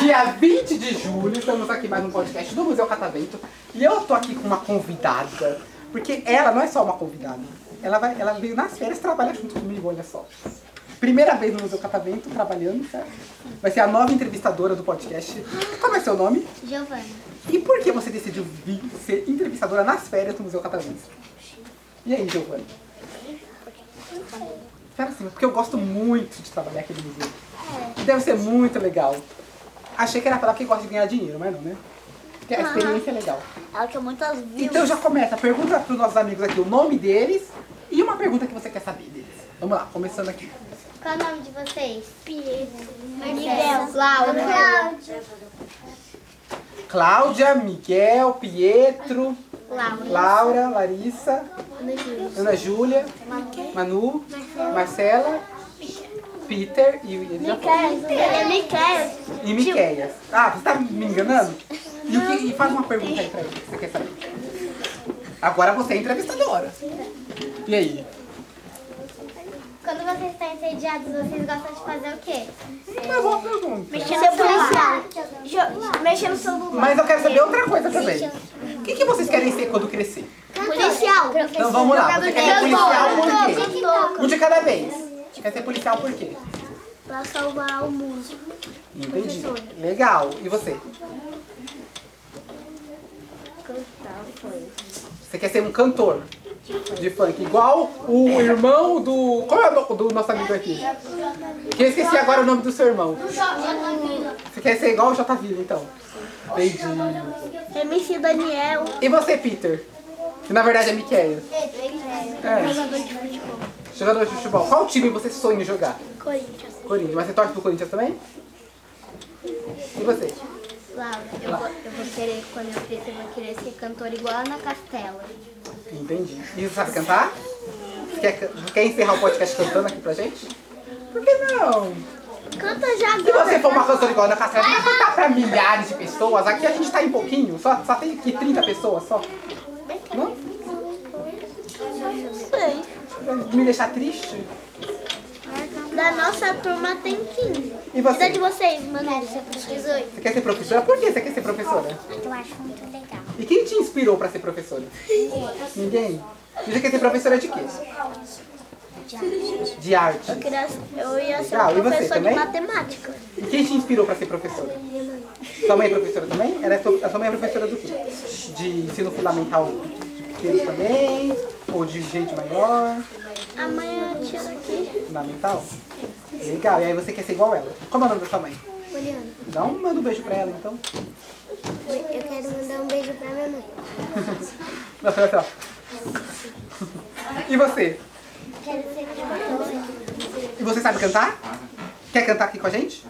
Dia 20 de julho, estamos aqui mais um podcast do Museu Catavento e eu tô aqui com uma convidada, porque ela não é só uma convidada, ela, vai, ela veio nas férias trabalhar junto comigo, olha só. Primeira vez no Museu Catavento, trabalhando, certo? Vai ser a nova entrevistadora do podcast. Como é seu nome? Giovana, E por que você decidiu vir ser entrevistadora nas férias do Museu Catavento? E aí, Giovanni? Espera assim, porque eu gosto muito de trabalhar aqui no museu. Deve ser muito legal. Achei que era pra quem gosta de ganhar dinheiro, mas não, né? Porque a experiência é legal. ela quer muitas views. Então já começa, pergunta pros nossos amigos aqui o nome deles e uma pergunta que você quer saber deles. Vamos lá, começando aqui. Qual é o nome de vocês? Pietro, Miguel, Laura, Cláudia, Cláudia, Miguel, Pietro, Laura, Laura, Larissa, Ana Júlia, Manu, Marcela, Peter e ele já foi. Micael, Micael, E Miqueias. Ah, você tá me enganando? E, o que- e faz uma pergunta aí pra ele, que você quer saber. Agora você é entrevistadora. E aí? Quando vocês estão entediados, vocês gostam de fazer o quê? Uma boa pergunta. Mexer no celular. Mexer no celular. Mas eu quero saber outra coisa também. O que, que vocês querem ser quando crescer? Policial. Então vamos lá. Você quer ser policial por quê? Cantor. Um de cada vez. Quer ser policial por quê? Pra salvar o mundo. Entendi. Legal. E você? Você quer ser um cantor de funk, igual o irmão do. Qual é o nome do nosso amigo aqui? Que eu esqueci agora o nome do seu irmão. Você quer ser igual o J. Vila, então. Entendi. MC Daniel. E você, Peter? Que na verdade é Miquel. É. Jogador de futebol. Jogador de futebol. Qual time você sonha em jogar? Corinthians. Corinthians. Mas você torce pro Corinthians também? E você? Laura, eu vou, eu vou querer, quando eu crescer, eu vou querer ser cantora igual a Ana Castela. Entendi. E você sabe cantar? Você Quer, can- quer encerrar o podcast cantando aqui pra gente? Por que não? Canta já Se você for uma cantora igual a Ana Castela, você vai cantar pra milhares de pessoas. Aqui a gente tá em pouquinho, só, só tem aqui 30 pessoas só. Não? Pra me deixar triste? Da nossa turma tem 15. E você? E da de vocês, Manu? Você 18. Você quer ser professora? Por que você quer ser professora? Eu acho muito legal. E quem te inspirou pra ser professora? Ninguém? E você quer ser professora de quê? De arte. Eu, queria, eu ia ser Legal, Ah, e você professor de também? matemática. E quem te inspirou pra ser professora? Sua mãe é professora também? Ela é sua, a sua mãe é professora do quê? De ensino fundamental de pequeno também? Ou de gente maior? Amanhã eu tiro aqui. Fundamental? Legal, e aí você quer ser igual ela. Qual é o nome da sua mãe? Juliana, Dá um, manda um beijo pra ela então. eu quero mandar um beijo pra minha mãe. Nossa, olha só. E você? Quero ser professora. E você sabe cantar? Quer cantar aqui com a gente?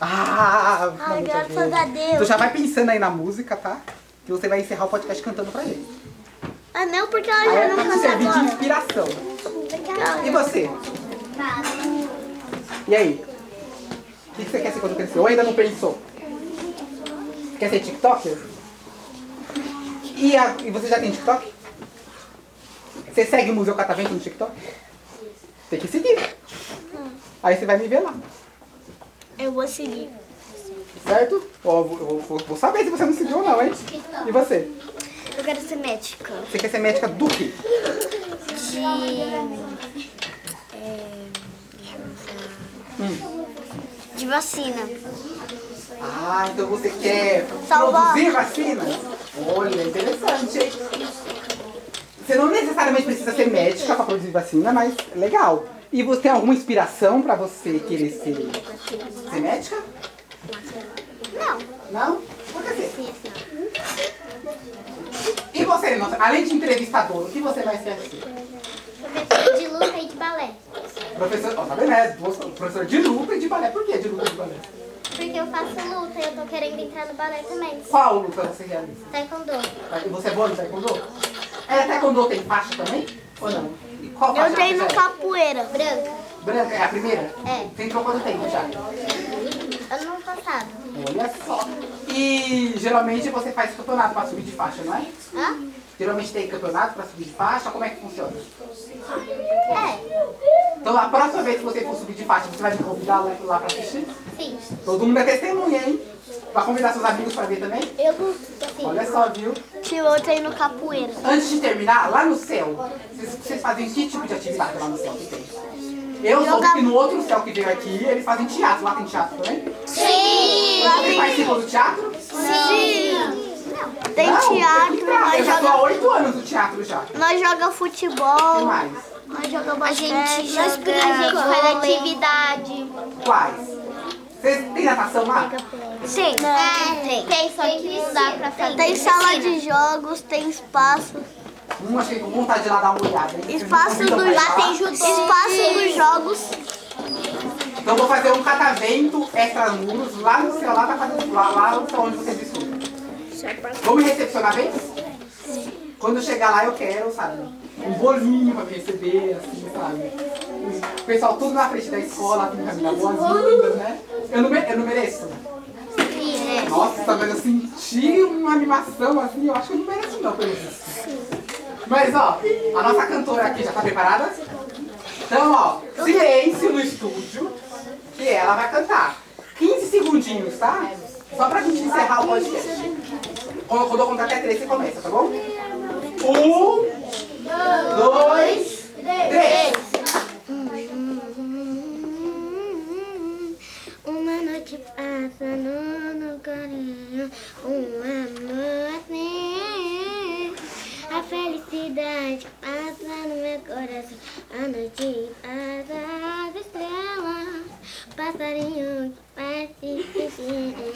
Ah, Ai, não, já graças deu. a Deus. Então já vai pensando aí na música, tá? Que você vai encerrar o podcast cantando pra gente. Ah, não, porque ela Aí já é não pra te canta servir de agora. inspiração. E você? E aí? O que que você quer ser quando crescer? Ou ainda não pensou? Quer ser TikToker? E, a- e você já tem TikTok? Você segue o Museu Catavento no TikTok? Tem que seguir. Aí você vai me ver lá, Eu vou seguir. certo? Ó, eu vou, eu vou- vou saber se você não seguiu ou não, hein? E você? Eu quero ser médica. Você quer ser médica do quê? De. é, deixa eu usar. Hum. De vacina. Ah, então você quer Salvar. produzir vacinas? Olha, interessante, hein? Você não necessariamente precisa ser médica para produzir vacina, mas é legal. E você tem alguma inspiração para você querer ser, ser médica? Não. Não? Por que ser? E você, nossa, além de entrevistador, o que você vai ser assim? Professor é de luta e de balé. Professor, ó, tá vendo? É, duas- professor de luta e de balé. Por que de luta e de balé? Porque eu faço luta e eu tô querendo entrar no balé também. Qual luta você realiza? Taekwondo. Você é boa no taekwondo? É, taekwondo tem faixa também? Ou não? E qual faixa Eu você é? treino capoeira. Branca. Branca é a primeira? É. Você entrou quanto tempo já? Ano passado. Olha só. E E geralmente você faz campeonato para subir de faixa, não é? Hã? Geralmente tem campeonato para subir de faixa, como é que funciona? É, Então a próxima vez que você for subir de faixa, você vai me convidar lá, lá para assistir? sim. Todo mundo é testemunha, hein? Vai convidar seus amigos para ver também? Eu não assim, Olha só, viu? que eu treino capoeira. Antes de terminar, lá no céu, vocês, vocês fazem que tipo de atividade lá no céu que tem? Eu soube que no outro céu que veio aqui, eles fazem teatro. Lá tem teatro também? Sim! Vocês participam do teatro? Tem Não, teatro, que teatro? Eu nós já tô há jogamos oito anos no teatro já. O nós joga que futebol, mais? nós jogamos A gente joga faz atividade. Quais? Vocês têm natação lá? Sim, É, É, tem. só que não dá pra fazer. né? tem sala de jogos, tem espaço. Hum, achei com vontade de ir lá dar uma olhada. hein? Vocês me Espaço convidam pra dos ir pra lá? Espaço dos jogos. Então eu vou fazer um catavento extramuros lá no céu, lá, pra fazer, lá, lá no céu onde vocês estudam. Vamos recepcionar bem? Quando eu chegar lá eu quero, sabe? Um bolinho pra me receber, assim, sabe? O pessoal tudo na frente da escola, assim, caminhar boas-vindas, né? Eu não, me- eu não mereço. Nossa, mas eu senti uma animação assim, eu acho que eu não mereço não, pelo visto. Mas ó, a nossa cantora aqui já tá preparada? Então ó, silêncio no estúdio, que ela vai cantar. 15 segundinhos, tá? Só pra gente encerrar o podcast. Quando quando eu contar até três, você começa, tá bom? Um, dois, três. Um, Uma noite passa no carinho, um amor assim. A felicidade passa no meu coração, a noite passa as estrelas, passarinho que faz se sentir. Tá Ah,